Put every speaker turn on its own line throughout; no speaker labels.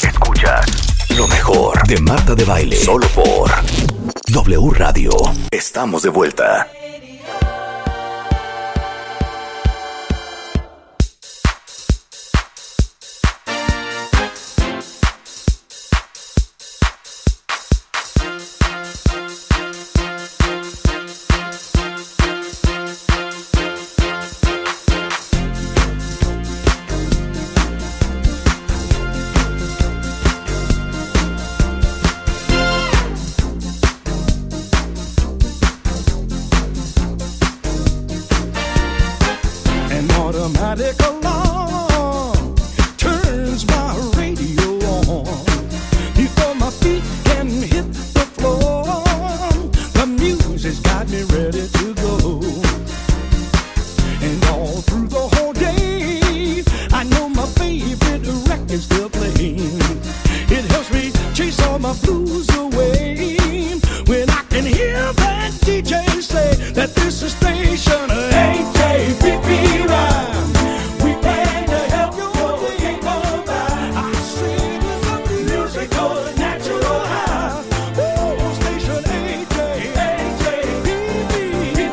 escuchas lo mejor de Marta de Baile. Solo por W Radio. Estamos de vuelta.
An automatic alarm turns my radio on. Before my feet can hit the floor, the music's got me ready to go. And all through the whole day, I know my favorite record's still playing. It helps me chase all my blues away when I can hear that DJ say that this is station HAPP Rhyme. We plan to help you overcome the vibe. Our stream is a musical natural high. Ooh, station HAPP, HAPP Rhyme.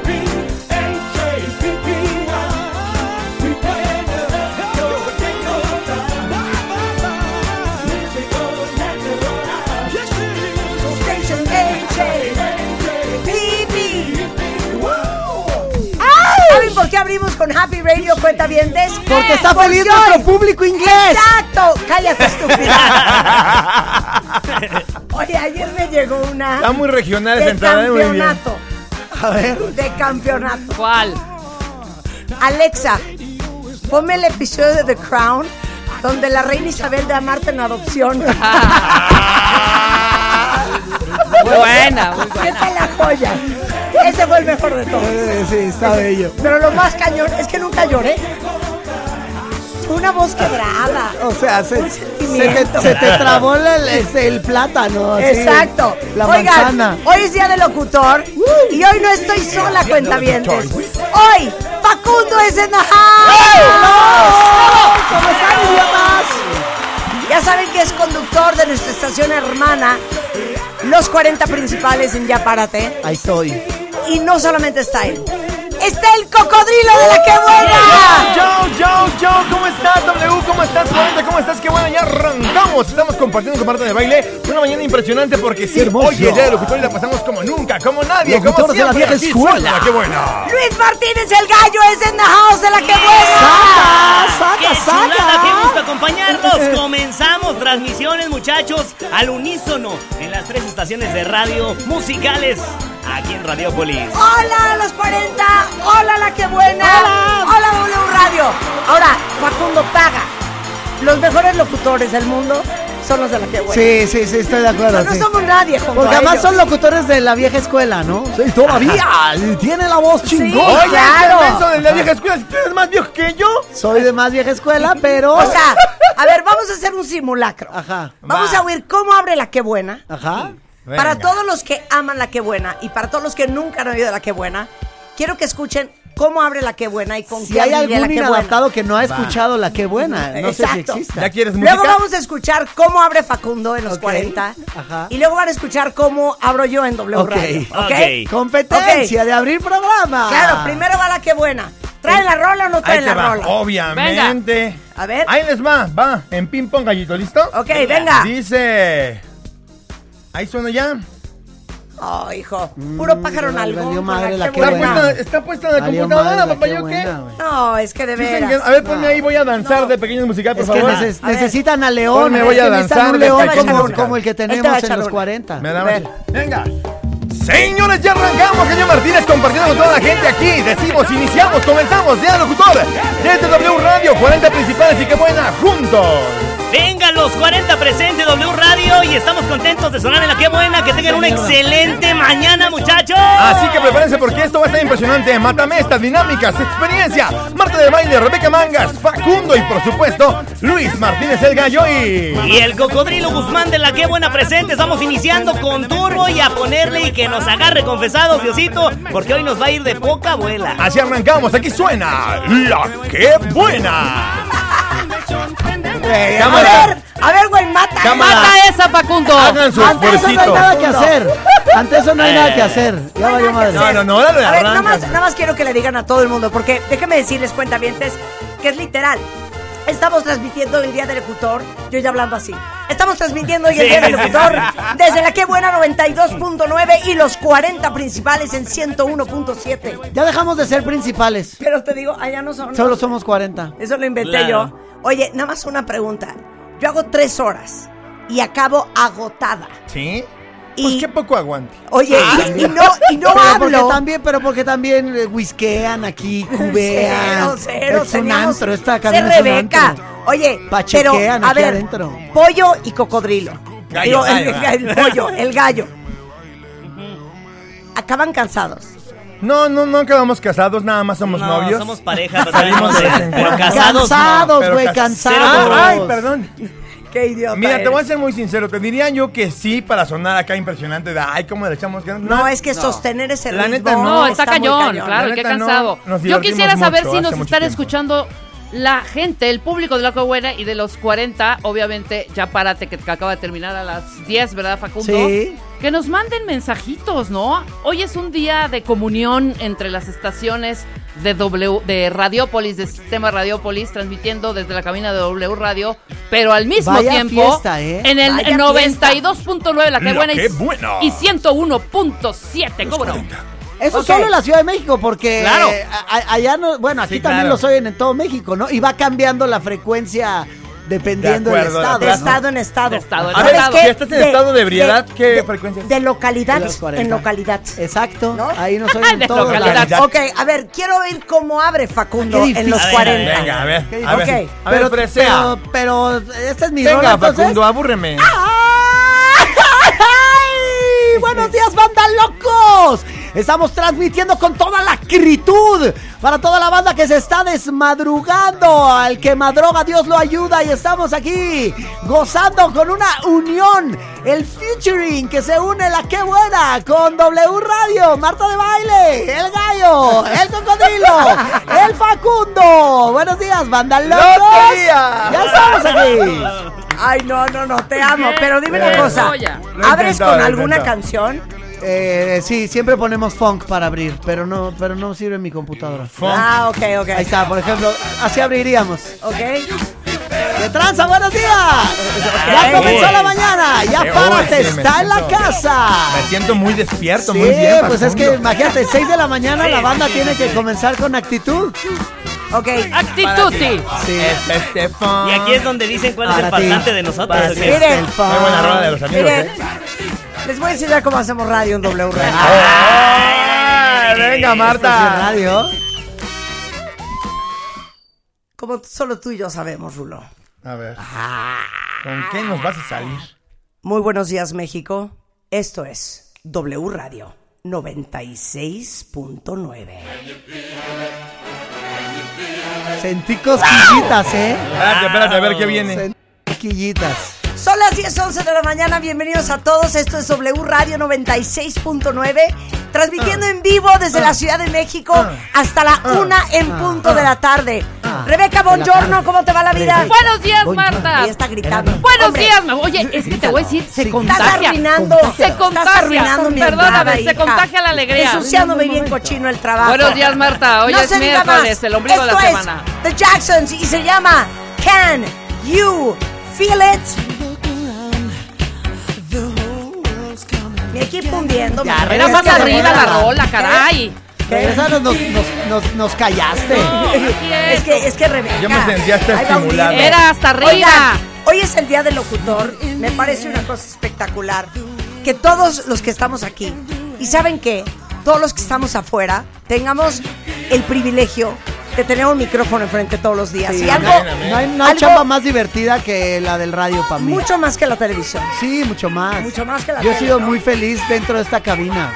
We plan to help you overcome the vibe. Bye, bye, bye. Musical natural high. Yes, it is a station HAPP. Woo!
¿Saben por qué abrimos con Happy Radio Cuenta Vientes?
Porque está feliz nuestro público inglés.
¡Exacto! ¡Cállate, estúpida! Oye, ayer me llegó una.
Está muy regional esa
de
entrada, ¿eh? muy bien.
campeonato.
A ver.
De campeonato.
¿Cuál?
Alexa, ponme el episodio de The Crown donde la reina Isabel da a Marta en adopción.
Ah. Muy buena, muy
¿Qué
buena.
tal la joya? Ese fue el mejor de todos.
Eh, Sí, está bello.
Pero lo más cañón es que nunca lloré. Fue una voz quebrada.
O sea, se,
Un
se te,
sentimiento.
se te trabó la- el, este, el plátano. así,
Exacto.
La
Oigan,
manzana.
hoy es día del locutor y hoy no estoy sola, cuenta Hoy, Facundo es en la house.
¿Cómo están, idiotas?
Ya saben que es conductor de nuestra estación hermana, Los 40 Principales en Ya Párate.
Ahí estoy.
Y no solamente está él, está el cocodrilo de la que buena.
Yo, yo, yo, ¿cómo estás, W? ¿Cómo estás, Juanita? ¿Cómo estás? Qué bueno, ya arrancamos. Estamos compartiendo con Marta de Baile una mañana impresionante porque sí,
Hermoso.
hoy el día del locutor y la pasamos como nunca, como nadie, como
Locutores de la
siempre.
vieja
aquí
escuela.
sola, ¡Qué bueno!
Luis Martínez, el gallo, es en la house de la que buena.
Ah,
¡Saca, saca,
¡Qué chulada! ¡Qué gusto
saca!
acompañarnos! Comenzamos transmisiones, muchachos, al unísono en las tres estaciones de radio musicales aquí en Radiopolis.
Hola los 40, hola la que buena, hola, W Radio. Ahora, Facundo paga. Los mejores locutores del mundo son los de la que buena.
Sí, sí, sí, estoy de acuerdo.
No, no
sí.
somos nadie, junto
Porque
a
además
ellos.
son locutores de la vieja escuela, ¿no? Sí, todavía. Tiene la voz chingona.
Sí.
Oye,
claro.
este menso de la vieja escuela, si tú eres más viejo que yo.
Soy de más vieja escuela, pero.
O sea, a ver, vamos a hacer un simulacro.
Ajá.
Vamos
Va.
a oír cómo abre la que buena.
Ajá.
Venga.
Para todos los que aman la que buena y para todos los que nunca han oído la que buena, quiero que escuchen cómo abre la que buena y con
Si
qué
hay
abriría la
algún
que buena.
inadaptado que no ha escuchado la qué buena, no
Exacto.
sé si exista.
¿Ya quieres música?
Luego vamos a escuchar cómo abre Facundo en los
Ok.
40.
Ajá.
Y luego van a escuchar cómo abro yo en W
Ok.
Radio. ¿ok?
Ok.
Competencia de abrir programa.
Claro, primero va la que buena. ¿Traen la rola o no
Ahí
traen
te
la
va,
rola?
obviamente.
A ver.
Ahí les va, va, en ping pong gallito, ¿listo?
Ok, venga.
Dice... Ahí suena ya.
Oh, hijo. Puro pájaro en
Mm, valió
algo.
madre la Qué
está,
buena.
puesta, está puesta en la
Valió
computadora,
madre,
papá,
qué
¿yo qué?
buena, güey.
No, es que de
Dicen
veras.
que- a ver, ponme ahí, voy a danzar de pequeños musical, por
Es que
favor.
neces-
A ver.
necesitan a León.
Me voy
es que
a
necesitan
lanzar
un
de
León
pecho
como,
musical.
como el que
Ahí
tenemos
te va,
en los
Charol.
40.
Me da más- Venga. Señores, ya arrancamos, señor Martínez, compartiendo con toda la gente aquí. Decimos, iniciamos, comenzamos, ya locutor. Desde W Radio, 40 principales y qué buena, juntos.
Vengan los 40 presentes W Radio y estamos contentos de sonar en la que buena. Que tengan una excelente mañana, muchachos.
Así que prepárense porque esto va a estar impresionante. Mátame estas dinámicas, experiencia. Marta de Baile, Rebeca Mangas, Facundo y por supuesto Luis Martínez el Gallo y...
Y el cocodrilo Guzmán de la que buena presente. Estamos iniciando con turbo y a ponerle y que nos agarre confesados, Diosito, porque hoy nos va a ir de poca abuela.
Así arrancamos, aquí suena La que Buena.
Güey,
A
Cámara.
ver, a ver, güey, mata.
Cámara.
Facundo.
Hagan su
Ante eso no hay
esfuercito.
nada que hacer. Ante eso no hay nada que hacer. Ya valió madre.
No, no, no, ahora lo
A ver, nada más,
arrancan.
nada más quiero que le digan a todo el mundo, porque déjenme decirles, cuentavientes, que es literal. Estamos transmitiendo el Día del Locutor, yo ya hablando así. Estamos transmitiendo hoy el
Sí,
Día del
sí, sí,
Locutor desde la que buena 92.9 y los 40 principales en 101.7.
Ya dejamos de ser principales.
Pero te digo, allá no son.
Solo somos 40.
Eso lo inventé
Claro.
yo. Oye, nada más una pregunta. Yo hago tres horas y acabo agotada.
¿Sí? Pues
Y,
qué poco aguante.
oye,
Ah.
y, y no, y no
pero Porque
hablo.
también, pero porque también eh, whiskean aquí, cubean.
Cero, cero,
es un
teníamos-
antro, esta
Ser
cabina es un
Rebeca.
antro.
Oye, pero
Pachequean
a
aquí
ver,
adentro.
pollo y cocodrilo.
Gallo,
Digo, el,
gallo,
el pollo, el gallo. Acaban cansados.
No, no, no quedamos casados, nada más somos
No,
novios.
somos pareja, pero,
Salimos de vez en
pero
cuando.
casados. no.
Cansados,
pero
güey,
cas-
cansados.
Ah, ay, perdón.
Qué idiota.
Mira, te
eres.
voy a ser muy sincero, te diría yo que sí para sonar acá impresionante de ay, cómo le echamos ganas. eh,
No, es que sostener ese
La
ritmo.
neta, no.
No, está,
muy ¿eh?
cañón, claro,
La
qué
neta, no,
cansado.
nos
Yo
divertimos
quisiera saber
mucho
si
hace
nos
mucho
están
tiempo.
escuchando la gente, el público de La Cobuena y de los 40, obviamente, ya párate que, que acaba de terminar a las 10, ¿verdad, Facundo?
Sí.
Que nos manden mensajitos, ¿no? Hoy es un día de comunión entre las estaciones de W de Radiopolis, de Sistema Radiopolis, transmitiendo desde la cabina de W Radio, pero al mismo
Vaya
tiempo
fiesta, ¿eh?
en el
Vaya
92.9 la que
La
buena,
Qué
y,
Buena.
y 101.7, ¿cómo no?
Eso
Ok.
solo en la Ciudad de México, porque
Claro.
eh, a- a- allá no, bueno, aquí
Sí,
también
claro.
los oyen en todo México, ¿no? Y va cambiando la frecuencia dependiendo
De
del
acuerdo, de
estado.
De
¿no?
estado en estado.
De estado en
A ver,
estado.
si estás en estado de ebriedad, ¿qué
de-
frecuencia es?
De
De
localidad
los 40.
en localidad.
Exacto,
¿No?
ahí nos oyen
De
en todos
localidad.
lados.
Ok, a ver, quiero oír cómo abre Facundo
Ah, Qué
en los
difícil. A ver,
40.
Venga, a ver,
Qué
a ver.
difícil.
A ver,
pero,
presea.
pero, pero, esta es mi rola,
Venga,
entonces. Ah.
Facundo, abúrreme.
¡Ay! ¡Buenos días, banda locos! Estamos transmitiendo con toda la acritud para toda la banda que se está desmadrugando. Al que madroga, Dios lo ayuda. Y estamos aquí gozando con una unión. El featuring que se une la que buena con W Radio, Marta de Baile, El Gallo, El Cocodrilo, El Facundo. Buenos días, banda locos.
Lotería.
Ya estamos aquí.
Ay, no, no, no, te amo.
Bien,
Pero dime una
bien.
cosa.
Joya.
Lo he
¿Abres
intentado,
con
lo he
alguna
intentado.
canción?
Eh, sí, siempre ponemos funk para abrir, pero no, pero no sirve mi computadora.
Funk.
Ah, ok, ok.
Ahí está, por ejemplo, así abriríamos.
Ok.
¡De tranza, buenos días! Ya
Ay,
comenzó
uy.
la mañana,
Qué
ya
uy, sí,
párate,
me
está en la
siento- Me
casa.
siento muy despierto,
Sí,
muy bien.
pues es que
Facundo.
imagínate, 6 de la mañana la banda tiene que comenzar con actitud.
Eh,
Ok.
Actituti.
Sí.
Es este funk.
Y aquí es donde dicen cuál es el
Para ti.
pasante de nosotros.
Para
¿o
ti
qué?
es
Miren.
el funk.
Muy buena rola de los amigos,
Miren,
¿eh?
les voy a enseñar cómo hacemos radio en W Radio.
¡Ay, venga,
Estación
Marta.
radio.
Como solo tú y yo sabemos, Rulo.
A ver. ¿Con qué nos vas a salir?
Muy buenos días, México. Esto es W Radio 96.9.
Sentí cosquillitas, ¿eh?
Espérate, espérate, a ver qué viene.
Sentí cosquillitas.
Son las 10:11 de la mañana, bienvenidos a todos. Esto es W Radio 96.9, transmitiendo
Ah.
en vivo desde la Ciudad de México hasta la una en
Ah.
punto de la tarde.
ah.
Rebeca Bongiorno, ¿cómo te va la vida?
Rebeca.
Buenos días,
Oye,
Marta.
Ella está gritando.
Buenos
Hombre,
días, ma- Oye, es que te voy a decir, se
Sí.
Estás
contagia.
arruinando,
Se
estás
contagia.
arruinando mi
Perdóname,
entrada,
se
hija.
contagia la alegría.
Ensuciándome bien cochino el trabajo.
Buenos días, Marta. Hoy
No
es
se diga
miércoles,
más.
el ombligo de la
Esto es
semana.
The Jacksons y se llama Can You Feel It? Mi equipo hundiendo.
Ya,
Era
Es
más
que se
arriba
pone
la
la-
rola,
¿Eh?
caray.
Regresaron, nos, nos, nos, nos callaste.
Así
Es
es.
que, es que Rebeca.
Yo me sentía
ahí
hasta
va un día.
estimulado.
Era hasta arriba.
Oigan, hoy es el día del locutor. Me parece una cosa espectacular. Que todos los que estamos aquí, y saben que todos los que estamos afuera, tengamos el privilegio de tener un micrófono enfrente todos los días.
Sí,
y algo
amén, amén.
No hay, no hay
Algo-
chamba más divertida que la del radio para mí.
mucho más que la televisión.
Sí, mucho más.
Mucho más que la
Yo he
tele,
sido
¿no?
muy feliz dentro de esta cabina.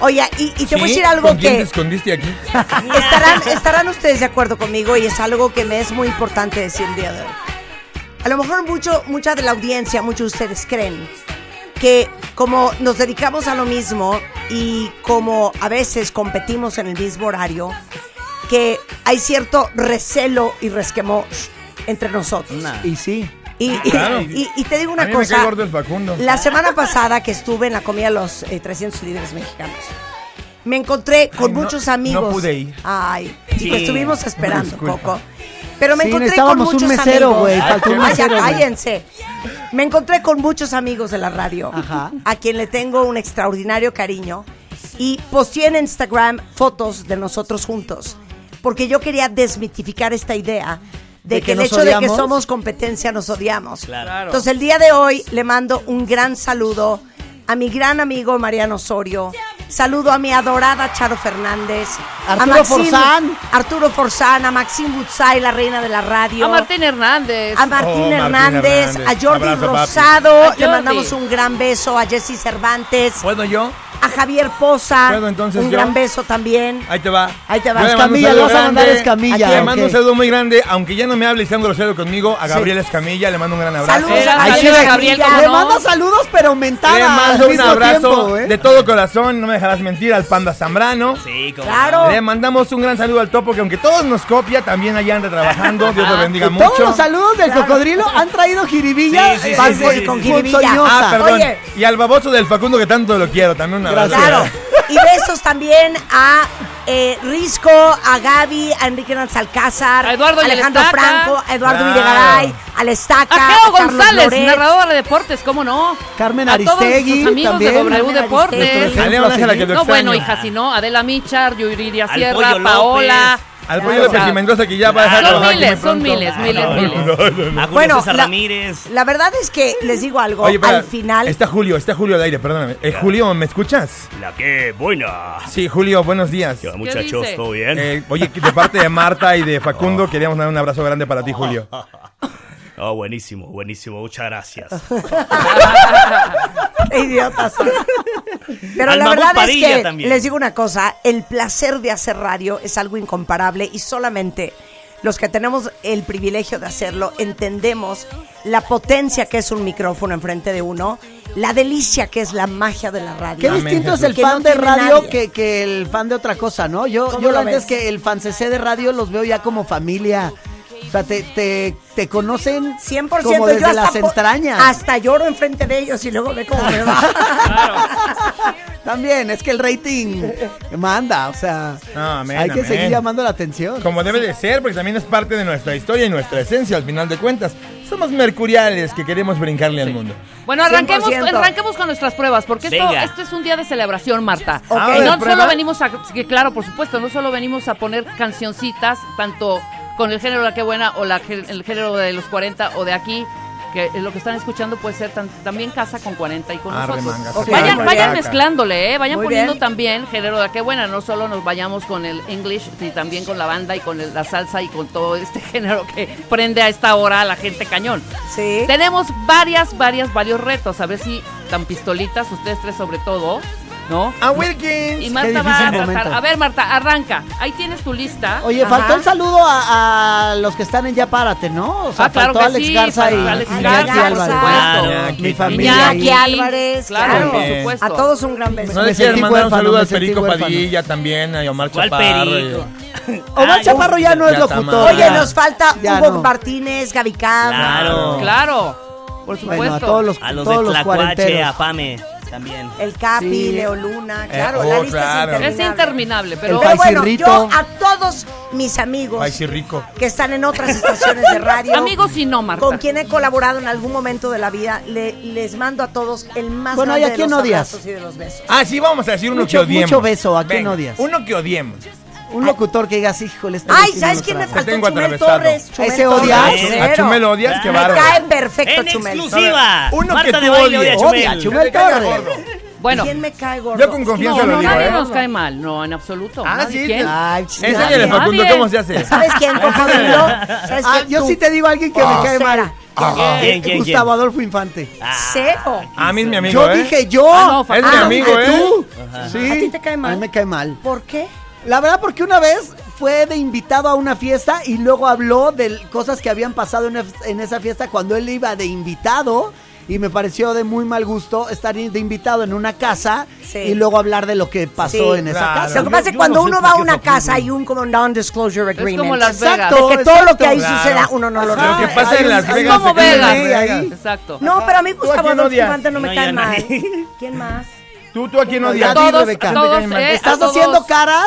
Oye, y, y te voy a
¿Sí?
decir algo
¿Con quién te
que
escondiste aquí?
estarán, estarán ustedes de acuerdo conmigo y es algo que me es muy importante decir el día de hoy. A lo mejor mucho, mucha de la audiencia, muchos de ustedes creen que como nos dedicamos a lo mismo y como a veces competimos en el mismo horario, que hay cierto recelo y resquemor entre nosotros.
Y sí.
Y, y-
Ah, Claro.
y- y te digo
A
una
mí me
cosa.
cae gordo el Facundo.
La semana pasada que estuve en la comida de los eh, 300 líderes mexicanos, me encontré con
Ay, no-
muchos
no
amigos.
pude ir.
Ay, chico,
Sí.
estuvimos esperando
Disculpa.
Coco. Pero me
Sí,
encontré con
necesitábamos un
muchos
mesero,
amigos.
güey,
Ay,
faltó un
ya
mesero, güey.
cállense. Me encontré con muchos amigos de la radio,
Ajá.
a quien le tengo un extraordinario cariño, y posteé en Instagram fotos de nosotros juntos, porque yo quería desmitificar esta idea de,
¿De
que,
que
el
nos
hecho de que
odiamos?
somos competencia nos odiamos.
Claro.
Entonces el día de hoy le mando un gran saludo a mi gran amigo Mariano Osorio. Saludo a mi adorada Charo Fernández.
Arturo
a Maxine-
Forzán.
Arturo Forzán, a Maxim Butzai, la reina de la radio.
A Martín Hernández.
a Martín
Oh, Martín
Hernández,
Hernández.
a Jordi
Abrazo, papi.
Rosado,
A Jordi.
le mandamos un gran beso a Jesse Cervantes,
¿Puedo yo?
a Javier Poza,
¿Puedo entonces
un
yo?
gran beso también.
Ahí te va.
Ahí te va.
Yo le mando un
Escamilla,
saludo
le vas a mandar
grande.
Escamilla,
Aquí Le mando
ok.
un saludo muy grande, aunque ya no me hable y sea un grosero conmigo, a Gabriel Escamilla le mando un gran abrazo.
Saludos
Era
a
Ahí sí
Gabriel
de Gabriel,
Escamilla.
¿cómo
Le
no?
manda saludos, pero mentada.
Le
al
mando un
mismo
abrazo
tiempo, ¿eh?
de todo corazón, no me dejarás mentir, al Panda Zambrano.
Sí, como
Claro.
Le mandamos un gran saludo al topo que aunque todos nos copia, también allá anda trabajando. Dios lo bendiga
Y
mucho.
Todos los saludos del cocodrilo han traído jiribilla.
Sí, sí,
pan-
sí, sí, sí,
con
sí.
ponzoñosa.
Ah, perdón.
Oye.
Y al baboso del Facundo que tanto lo quiero, también un abrazo.
Gracias.
Claro. Y besos también a eh, Risco, a Gaby, a Enrique Hernández Alcázar,
A Eduardo y al
Alejandro
Estaca.
Franco, a Eduardo
Claro.
Videgaray, al Estaca,
A Geo
Carlos
González,
Loret.
narrador de deportes, ¿cómo no?
Carmen
a todos
Aristegui
sus amigos
también.
de W
Carmen
Deportes.
Aristegui.
A León Ángela, que lo
No, bueno,
extraño.
hija, si no, Adela Michar, Yuridia
Al
Sierra,
Pollo
Paola.
Al
O
pollo
sea,
de y Mendoza que ya va a dejar
Son
trabajar aquí
miles,
muy
son
pronto.
miles, miles,
no,
miles.
no, a Julio
Bueno,
César
la-
Ramírez.
La verdad es que les digo algo,
Oye, espera,
al final
Está Julio, está Julio al aire, perdóname. Eh, Julio, ¿me escuchas?
La que buena.
Sí, Julio, buenos días.
¿Qué onda,
¿Qué
muchachos?
dice?
¿Todo bien?
Eh, oye, de parte de Marta y de Facundo, queríamos dar un abrazo grande para ti, Julio.
Oh, buenísimo, buenísimo. Muchas gracias.
qué idiotas. son. Pero
Al
la
Mamut
verdad es
Padilla
que
también.
les digo una cosa, el placer de hacer radio es algo incomparable y solamente los que tenemos el privilegio de hacerlo entendemos la potencia que es un micrófono enfrente de uno, la delicia que es la magia de la radio.
Qué
Amén,
distinto es
Jesús.
el
Que
fan
no
de
tiene
radio
nadie.
que, que el fan de otra cosa, ¿no? Yo,
¿Cómo
yo
lo ves?
antes que el fan CC de radio los veo ya como familia. O sea, te, te, te conocen
100%
como
yo
desde
hasta
las
po-
entrañas.
Hasta lloro enfrente de ellos y luego ve cómo me va.
También, es que el rating manda, o sea,
No, amén,
hay que
amén.
seguir llamando la atención.
Como debe de ser, porque también es parte de nuestra historia y nuestra esencia, al final de cuentas. Somos mercuriales que queremos brincarle al mundo.
Bueno, arranquemos,
100%.
arranquemos con nuestras pruebas, porque esto,
Venga.
esto es un día de celebración, Marta.
Ok.
Y no
Ah, ¿De prueba?
solo venimos a, sí, claro, por supuesto, no solo venimos a poner cancioncitas, tanto con el género La Que Buena o la, gé- el género de los 40 o de aquí, que lo que están escuchando puede ser tan- también Casa con 40 y con
Arre,
nosotros.
mangas,
Ok.
Vayan,
arre,
vayan
mangas.
mezclándole, ¿eh? vayan
Muy
poniendo
bien.
también género de La Que Buena, no solo nos vayamos con el English, sino también con la banda y con el- la salsa y con todo este género que prende a esta hora a la gente cañón.
Sí.
Tenemos varias, varias, varios retos. A ver si tan pistolitas, ustedes tres sobre todo, ¿no?
A Ah, Wilkins.
Y Marta
difícil
va a
momento.
tratar. A ver, Marta, arranca. Ahí tienes tu lista. Ah,
Oye,
Ajá.
faltó el saludo a, a los que están en Ya Párate, ¿no? O sea,
Ah, claro
faltó
que
Alex
sí,
Garza y
faltó Alex
Iñaki
Garza, Ah, por
Álvarez.
supuesto.
Claro,
Iñaki,
Mi familia
Iñaki,
ahí.
Álvarez,
Álvarez, claro, por
Bien.
supuesto.
A todos un gran beso.
No le
Me
quieres
sentí
mandar un
huérfano,
saludo
me
al
sentí
Perico
huérfano.
Padilla también, a Omar
¿Cuál
Chaparro. eh.
perico?
Omar
Ay,
Chaparro ya no es
ya está
locutor.
mal.
Oye,
ya.
nos falta
Ya
Hugo
no.
Martínez, Gaby Cam.
Claro.
Claro, por supuesto.
Bueno, a todos los,
A los
todos
de
los
Tlacuache, a
cuarenteros.
Pame también.
El Capi,
Sí.
Leo Luna,
Eh,
claro,
oh,
la lista
claro.
es
es
interminable.
interminable, pero
Pero bueno,
Paisirrito.
yo a todos mis amigos
Ay, sí, rico.
que están en otras estaciones de radio,
amigos y no, Marta.
con quien he colaborado en algún momento de la vida, le- les mando a todos el más
Bueno, ¿y
grande
a quién
de los
odias?
abrazos y de los besos.
Ah, sí, vamos a decir uno
Mucho-
que odiemos.
mucho beso, ¿a quién
Venga,
odias?
Uno que odiemos.
Un locutor que digas, híjole. este
Ay,
vecino
¿sabes
nos
quién me
trajo".
faltó?
tengo
Chumel
atravesado.
Torres. Chumel
¿Ese
Torres,
odias?
¿A
cero.
Chumel odias? Qué
Me
bárbaro.
cae perfecto
En
Chumel.
exclusiva.
Uno
Marta
que
de
tú
baile odia a
odies.
Chumel.
Odia a
Que
Chumel
te caiga
Torres.
gordo.
bueno.
¿Quién me cae gordo?
Yo con confianza
No,
lo
no,
digo,
nadie
¿eh?
nos cae mal, no, en absoluto.
Ah,
Nadie.
sí.
¿Quién?
Ay, sí,
Enséñale,
nadie.
Facundo,
Nadie.
cómo se hace.
¿Sabes quién, Cocodrilo? ¿Sabes
Ah,
quién?
yo
Tú.
sí te digo a alguien que me cae mal.
Ah, ¿Quién,
Eh,
quién, quién?
Oh, Gustavo Adolfo Infante.
Cero.
A mí es mi amigo,
Yo
¿eh?
dije yo.
Ah, no, fa-
Es mi
Ah, no,
amigo,
dije
¿eh?
tú. Sí.
¿A ti te cae mal?
A mí me cae mal.
¿Por qué?
La verdad, porque una vez fue de invitado a una fiesta y luego habló de l- cosas que habían pasado en, es- en esa fiesta cuando él iba de invitado. y me pareció de muy mal gusto estar de invitado en una casa
Sí.
y luego hablar de lo que pasó
Sí.
en esa
Claro.
casa.
Lo que pasa es
yo
que cuando
no sé
uno
por
va a
qué
una
eso
casa
ocurre.
hay un como non-disclosure
Es
agreement.
como Las Vegas.
Exacto.
de que todo lo que ahí
Claro.
suceda uno no lo
Lo
revela.
que pasa en Las
Ay,
Vegas.
como
se queda en Las
Vegas.
Vegas.
Exacto.
No, pero a mí
¿Tú a
Gustavo
quién
Adolfo
odias?
Infante no me
No, yo
cae
a
mal.
nadie.
¿Quién más?
Tú, tú a quién
A
odias.
ti,
todos,
Rebeca.
a todos,
Te cae
eh,
Estás
a todos.
haciendo caras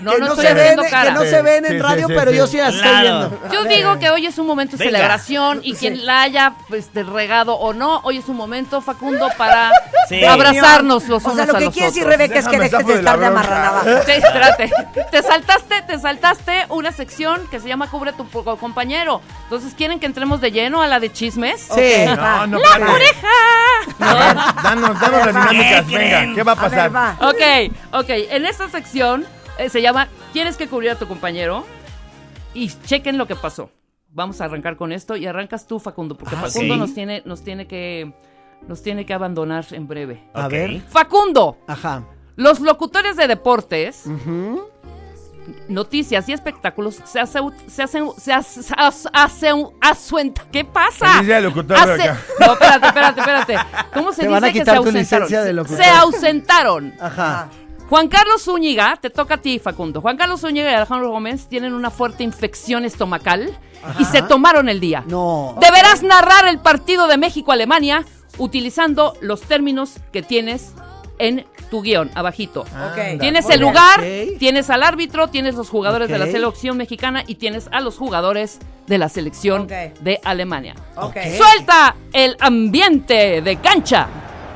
No,
que
no
no,
estoy
se ven,
haciendo
que
cara.
no se ven
Sí,
en
sí,
radio,
sí,
pero
sí.
yo sí las estoy
Claro.
viendo.
Yo digo que hoy es un momento de
Venga.
celebración y quien la haya pues, de regado o no, hoy es un momento, Facundo, para
Sí.
abrazarnos los
O
unos
sea, lo
a
que
los
quiere decir
otros.
Rebeca es que dejes
Déjame
de
zafo de la
estar de
bronca.
amarranada.
Te, espérate, te saltaste, te saltaste una sección que se llama Cubre tu po- compañero. Entonces, ¿quieren que entremos de lleno a la de chismes?
Sí.
Ok, va.
No, no, ¡La
oreja!
A ver, danos, danos las
va.
dinámicas.
¿Qué
Venga,
creen?
¿qué va a
A
pasar?
ver, va.
Ok, ok. En esta sección eh, se llama ¿Quieres que cubriera a tu compañero? Y chequen lo que pasó. Vamos a arrancar con esto y arrancas tú, Facundo, porque Facundo
sí.
nos tiene, nos tiene que, nos tiene que abandonar en breve.
A
Ok.
ver.
Facundo,
Ajá.
los locutores de deportes, noticias y espectáculos se hacen, se hacen, se hacen, se hacen- asuenta- ¿Qué pasa?
Feliz día del locutor,
Hace-
Rebeca.
no, espérate, espérate, espérate. ¿Cómo se
Te
dice
van a
que se
quitar tu
ausentaron?
licencia de
Se-
locutor. Ah,
se ausentaron.
Ajá.
Juan Carlos Zúñiga, te toca a ti, Facundo. Juan Carlos Zúñiga y Alejandro Gómez tienen una fuerte infección estomacal y se tomaron el día.
No.
Deberás narrar el partido de México-Alemania utilizando los términos que tienes en tu guión, abajito.
Ok.
Tienes
Ah, muy bien.
el lugar,
Ok.
tienes al árbitro, tienes los jugadores de la
Ok.
selección mexicana y tienes a los jugadores de la selección
Ok.
de Alemania.
Ok.
¡Suelta el ambiente de cancha!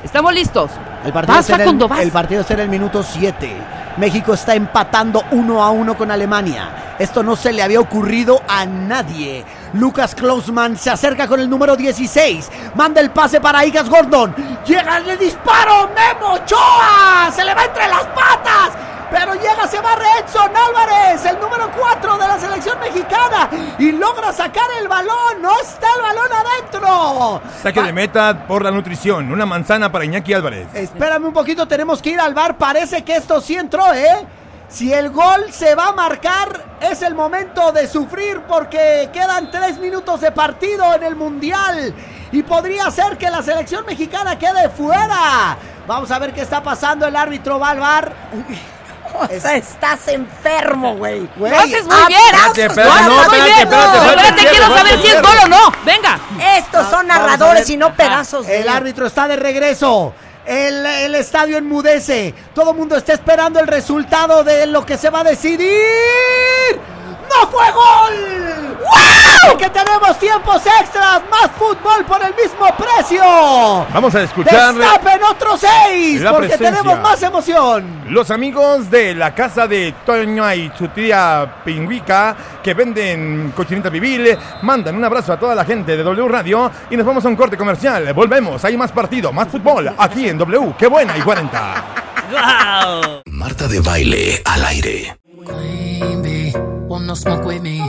Estamos listos.
El partido,
Vas,
será el,
Facundo, vas.
el partido será el minuto 7. México está empatando 1 a 1 con Alemania. Esto no se le había ocurrido a nadie. Lucas Klausman se acerca con el número 16. Manda el pase para Igas Gordon. Llega el disparo. Memo Ochoa. Se le va entre las patas. Pero llega, se barre Edson Álvarez, el número 4 de la selección mexicana. Y logra sacar el balón. No está el balón adentro.
Saque de meta por la nutrición. Una manzana para Iñaki Álvarez.
Espérame un poquito, tenemos que ir al bar. Parece que esto sí entró, ¿eh? Si el gol se va a marcar, es el momento de sufrir porque quedan tres minutos de partido en el Mundial. Y podría ser que la selección mexicana quede fuera. Vamos a ver qué está pasando. El árbitro va al bar.
O sea, estás enfermo, güey.
Güey,
Lo haces muy bien.
Ah, Espérate, espérate,
Lo haces
no,
muy
espérate,
bien.
espérate, espérate,
Espérate,
espérate,
quiero
espérate,
saber si es
espérate.
gol o no. Venga.
Estos son
Vamos a
narradores
ver.
y no pedazos de...
El árbitro está de regreso. El, el estadio enmudece. Todo el mundo está esperando el resultado de lo que se va a decidir. ¡No fue gol! ¡Wow! Que tenemos tiempos extras. Más fútbol por el mismo precio.
Vamos a escuchar
Destapen otros seis.
La
Porque
presencia.
tenemos más emoción.
los amigos de la casa de Toño y su tía Pingüica que venden cochinita pibil. Mandan un abrazo a toda la gente de W Radio y nos vamos a un corte comercial. Volvemos, hay más partido, más fútbol aquí en W. ¡Qué buena y 40!
¡Wow!
Marta de baile al aire.
Queen bee, won't no smoke with me.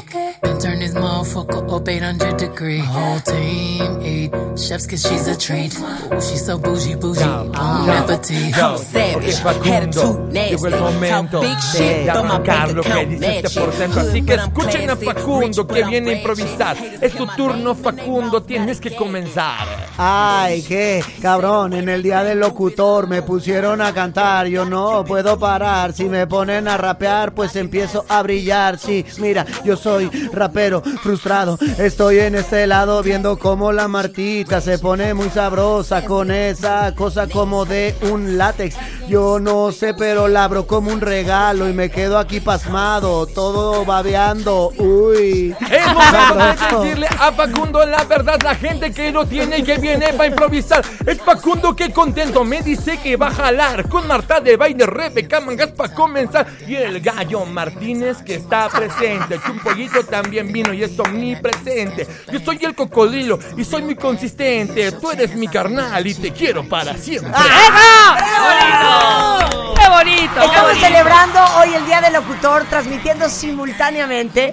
Been turn this motherfucker up 800 degree. My whole team eat chefs cause she's a treat. Ooh, she's so bougie, bougie. I'm
yo,
empathy.
yo.
I'm savage.
Porque Facundo
Attitude
llegó el
nasty.
momento
Talk big
de
shit. Throw my
arrancar
bank
lo que
account
dice este
matching.
porcentaje. Así
Hood,
que
but I'm
escuchen a
classy.
Facundo
Rich,
que
but I'm
viene a
ratchet.
improvisar.
Haters
Es tu
hear my
turno,
name, but they
Facundo.
mouth
Tienes que
gotta
comenzar.
Ay, qué cabrón, en el día del locutor me pusieron a cantar, yo no puedo parar, si me ponen a rapear pues empiezo a brillar, sí, mira, yo soy rapero frustrado, estoy en este lado viendo cómo la Martita se pone muy sabrosa con esa cosa como de un látex, yo no sé pero la abro como un regalo y me quedo aquí pasmado, todo babeando, uy.
Es momento
sabroso.
de decirle a Facundo la verdad, la gente que no tiene y que viene para improvisar. Es Facundo que contento me dice que va a jalar con Marta de Baile, Rebeca Mangas para comenzar. Y el gallo Martínez que está presente, que un pollito también vino y es omnipresente. Yo soy el cocodrilo y soy muy consistente. Tú eres mi carnal y te quiero para siempre.
Ah,
¡Eso! ¡Qué bonito! ¡Qué
Estamos
bonito!
celebrando hoy el Día del Locutor, transmitiendo simultáneamente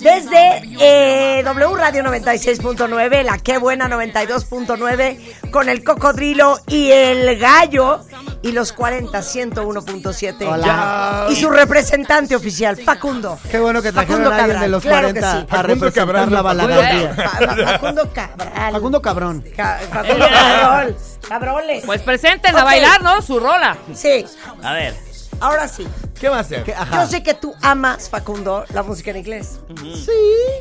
desde eh, W Radio 96.9, la Qué Buena 92.9, con el Cocodrilo y el Gallo. y los 40 101.7.
Hola.
Y su representante oficial, Facundo.
Qué bueno que trajeron
Facundo
a alguien
Cabral,
de los
claro
40
que sí.
a
Facundo
representar
Cabral,
la
Facundo
balada.
Fa- Fa- Facundo Cabral.
Facundo Cabrón.
Ca- Facundo Cabrol. Cabroles.
Pues presenten a
Ok.
bailar, ¿no? Su rola.
Sí,
A ver.
ahora sí.
¿Qué va a hacer?
Que- ajá.
Yo sé que tú amas, Facundo, la música en inglés. Sí.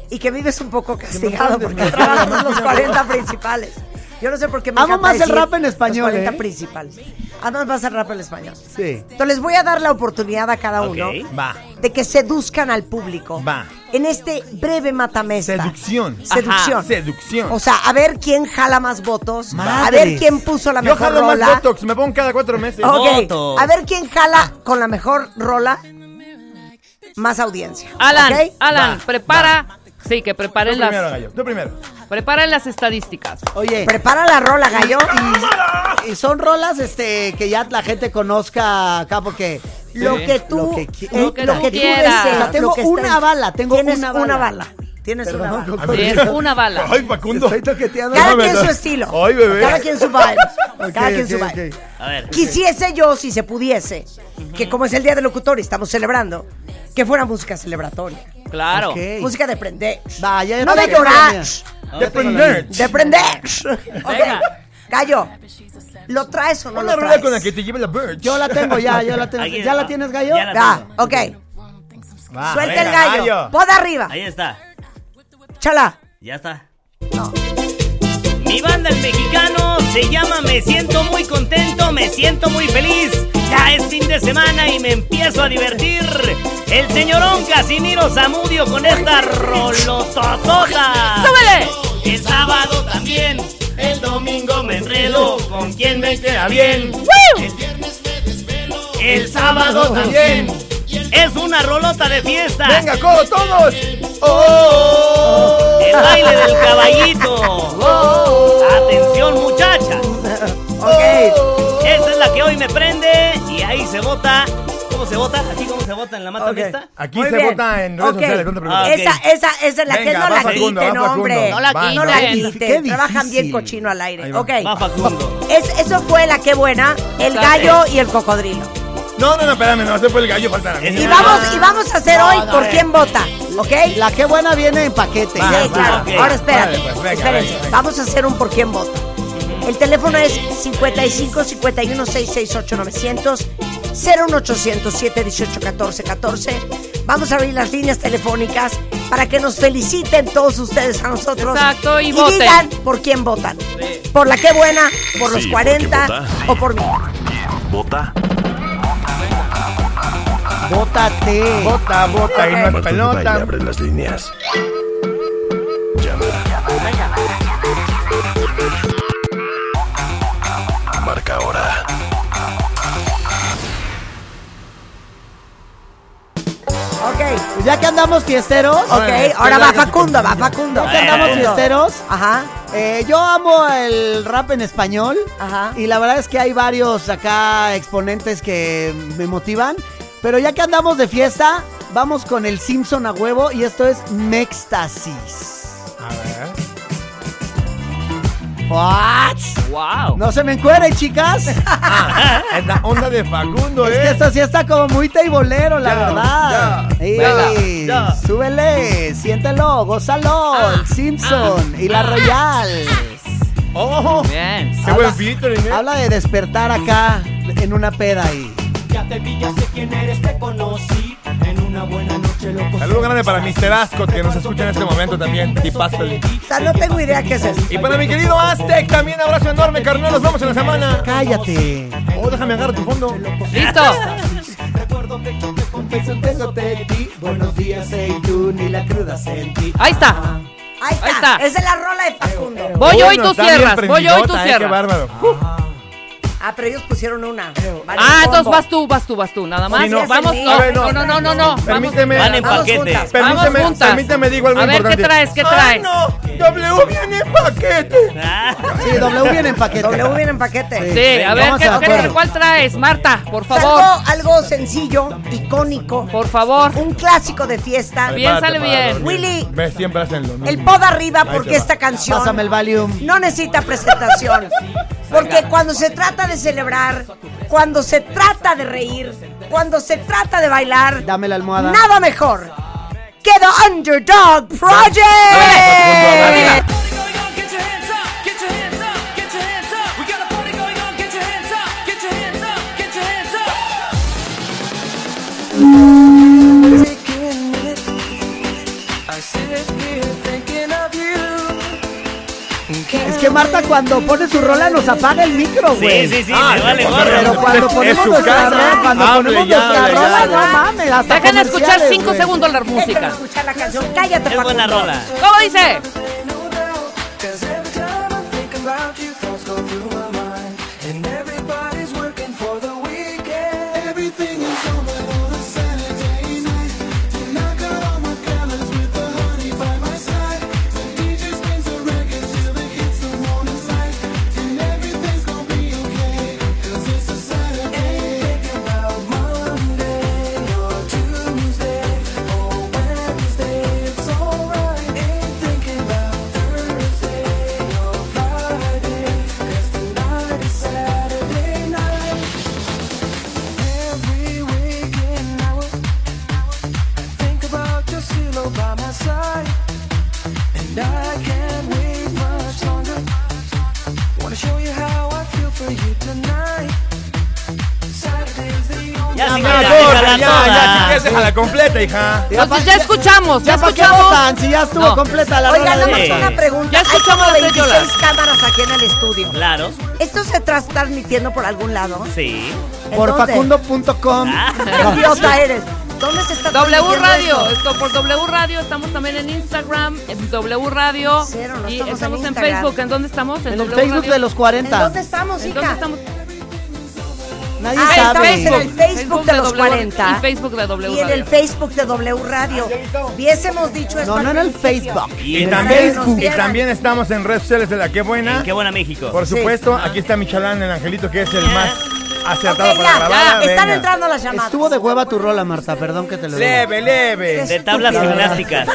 Y que vives un poco castigado porque trabajas los 40 principales. Yo no sé por qué me
Amo
encanta
más el
decir
rap en español,
Los 40
¿eh?
principales. Amas más el rap en español.
Sí.
Entonces les voy a dar la oportunidad a cada
Ok.
uno
Va.
de que seduzcan al público.
Va.
En este breve matamesta.
Seducción.
Seducción.
Ajá, seducción.
O sea, a ver quién jala más votos. A
Madres.
ver quién puso la
Yo
mejor
jalo
rola. Oh,
más Botox, me pongo cada cuatro meses.
Ok.
Votos.
A ver quién jala con la mejor rola. Más audiencia.
Alan,
¿ok?
Alan, prepara. Sí, que
Tú
preparen
primero,
las,
gallo. Tú primero.
preparen las estadísticas.
Oye.
Prepara la rola, gallo.
Y, y son rolas este que ya la gente conozca acá porque
Lo que tú,
Lo que qui-
eh,
lo que
lo
tú
que tú
quieras.
deseas,
O sea, tengo
lo que está
una
en-
bala, tengo
Tienes
una bala.
Tienes una
Perdón,
bala.
con-
A
Es
ver.
una bala.
Ay, Facundo.
estoy toqueteando.
Cada
No,
quien
no.
su estilo.
Ay, bebé.
Cada quien su vibe.
Ok,
Cada quien
ok,
su vibe.
ok.
A ver.
Quisiese yo, si se pudiese, que como es el Día del Locutor y estamos celebrando, que fuera música celebratoria.
Claro.
Ok.
Música de prender.
Vaya, ya
Pues, no de
tengo la mía.
llorar.
De prender.
De prender. Ok. Gallo, ¿lo traes o no
Una
lo
rueda
traes?
con la que te lleve la Birch.
Yo la tengo ya, yo la tengo.
Ahí
¿Ya la
está.
tienes, gallo?
Ya la-
Ah, ok.
Va,
Suelta
Ah, venga,
el gallo. Poda arriba.
Ahí está.
Chala.
Ya está. Mi banda el mexicano se llama Me siento muy contento, me siento muy feliz. Ya es fin de semana y me empiezo a divertir. El señorón Casimiro Zamudio con esta rolototota.
¡Súbele!
El sábado también, el domingo me enredo con quien me queda bien. El sábado también. Es una rolota de fiesta.
Venga, coro, todos. Oh,
El baile del caballito. Atención muchachas.
Uh.
Ok.
Esta es la que hoy me prende y ahí se vota. ¿Cómo se vota? ¿Así como se vota en la mata
Ok.
fiesta?
Aquí
Muy
se
bien.
vota en redes
Ok.
sociales, no te preocupes.
Ah, ok.
Esa, esa, esa es la que
Venga,
no
va
la
Facundo, va
quiten,
Facundo.
hombre.
No la
Va,
No la
quiten.
Qué
quiten. Trabajan bien
difícil.
cochino al aire.
Ahí va.
Ok.
Va Facundo.
Es- eso fue la que buena, el gallo y el cocodrilo.
No, no, no, espérame, no, ese fue el gallo, faltan a mí.
Y vamos, y vamos a hacer hoy por quién vota, ¿ok?
La que buena viene en paquete.
Sí,
ya.
claro.
ok.
Ahora espérate.
Vale, pues, venga,
Espérense.
venga, venga.
Vamos a hacer un por quién vota. El teléfono es 55 51 668 900 01800 718 14 14. Vamos a abrir las líneas telefónicas para que nos feliciten todos ustedes a nosotros.
Exacto, y voten.
digan por quién votan. Por la que buena, por los
Sí, por quién
40
vota.
o por mí.
Vota.
Bótate.
Bota, bota, y no
Marta de
es
Baile
Eh, pelota.
abre las líneas. Llama. Marca ahora.
Ok,
Ya que andamos fiesteros.
pues,
ok. Ahora va Facundo, va Facundo.
Ya que andamos
Facundo.
fiesteros.
Ajá.
eh, yo amo el rap en español.
Ajá.
Y la verdad es que hay varios acá exponentes que me motivan. Pero ya que andamos de fiesta, vamos con el Simpson a huevo. Y esto es Mextasis.
A ver.
¿What?
¡Wow!
No se me encueren, chicas.
Ah, es la onda de Facundo,
Es que
eh.
esto sí está como muy teibolero, la
Ya,
verdad.
ya,
Ey,
venga, ya. Ah,
Súbele, siéntelo, gózalo. el Simpson y la Royal.
Oh,
Bien.
qué buen featuring, eh.
Habla de despertar acá en una peda y.
Ya te vi, ya sé quién eres, te conocí. En una buena noche, loco.
Saludo grande para Mr. Ascot, que nos escucha en este momento también. Tipazo.
O sea, no tengo idea qué es eso.
Y para mi querido Aztec, también abrazo enorme, carnal. Nos vemos en la semana.
Cállate.
Oh, déjame agarrar tu fondo.
Listo.
Recuerdo que yo te confieso un beso de ti. Buenos días, hey, tú, ni la cruda sentí.
Ahí está.
Ahí está.
Ahí está.
Esa es la rola de Facundo.
Voy yo y
Bueno,
tú
está bien
cierras. Voy yo y tú
prendidota, eh, Qué
cierras.
bárbaro.
Ah, pero ellos pusieron una. Vale,
Ah,
combo.
entonces vas tú, vas tú, vas tú. Nada más.
Sí, no.
Vamos.
Sí,
No,
sí.
no, no, no, no. no. Vamos.
Permíteme.
Van en
Vamos
paquete.
juntas.
Permíteme,
Vamos juntas.
permíteme, digo algo
A ver, ¿qué
importante.
traes? ¿Qué
¡Ay,
traes?
no! ¡W viene en paquete!
Ah,
Sí, W viene en paquete.
W viene en paquete.
Sí, a ver,
Vamos
¿qué,
a
qué-
acuerdo.
cuál traes? Marta, por favor.
Algo, algo sencillo, icónico,
Por favor.
un clásico de fiesta.
Bien, sale
Prepárate
bien.
para dormir.
Willy.
Ves, siempre hacenlo. ¿no?
El pod arriba
Ahí te
porque
va.
esta canción
Pásame el Valium.
no necesita presentación. Porque cuando se trata de de celebrar, cuando se trata de reír, cuando se trata de bailar,
Dame la almohada.
nada mejor que The Underdog Project.
Es que Marta cuando pone su rola nos apaga el micro, güey.
Sí, sí, sí,
Ah,
me
no,
vale
pues,
gorro.
Pero cuando
Es- es
ponemos
su
nuestra
casa.
rola, cuando
Hable,
ponemos
ya,
nuestra
ya,
rola,
ya.
no mames, hasta
Dejan escuchar
comerciales,
5
güey.
segundos la música.
Déjanos escuchar la canción. Cállate,
Es buena
Facundo.
rola.
¿Cómo dice?
Ya se
Ya,
queda,
gorda,
déjala
ya, ya, si
toda.
quieres, déjala completa, hija.
Ya
Entonces
pa-
ya escuchamos, ya
Ya para qué
escuchamos.
votan si ya estuvo
No.
completa la
Oigan,
rola.
nada
de-
más
Sí.
una pregunta.
Ya escuchamos
Hay
las
como
bellolas.
26 cámaras aquí en el estudio.
Claro,
¿Esto se está transmitiendo por algún lado?
sí.
¿En
Por
dónde?
facundo.com.
Ah,
¿Qué idiota eres? ¿Dónde se está
W
transmitiendo
Radio,
esto?
esto por W Radio, estamos también en Instagram, en W Radio
Cero, no
y
estamos en
estamos en,
Instagram.
Facebook, ¿en dónde estamos?
En el
W
Facebook
Radio.
de los
¿En
40.
dónde estamos,
¿En
hija?
dónde estamos?
Nadie
Ah,
sabe.
estamos en el Facebook de los
W
40.
Y Facebook de W
Y en el
Radio.
Facebook de W Radio. Hubiésemos dicho esto.
No,
al
no en el
principio.
Facebook.
Y
Y
en
también,
Facebook.
y también estamos en redes sociales de la que buena.
En qué buena México.
Por
Sí.
supuesto, aquí está Michalán, el angelito, que es el más
Ok,
acertado
ya,
para
ya,
la balada.
Están
Venga.
entrando las llamadas.
Estuvo de hueva tu rola, Marta, perdón que te lo diga.
Leve, leve.
De tablas
Estúpido.
gimnásticas.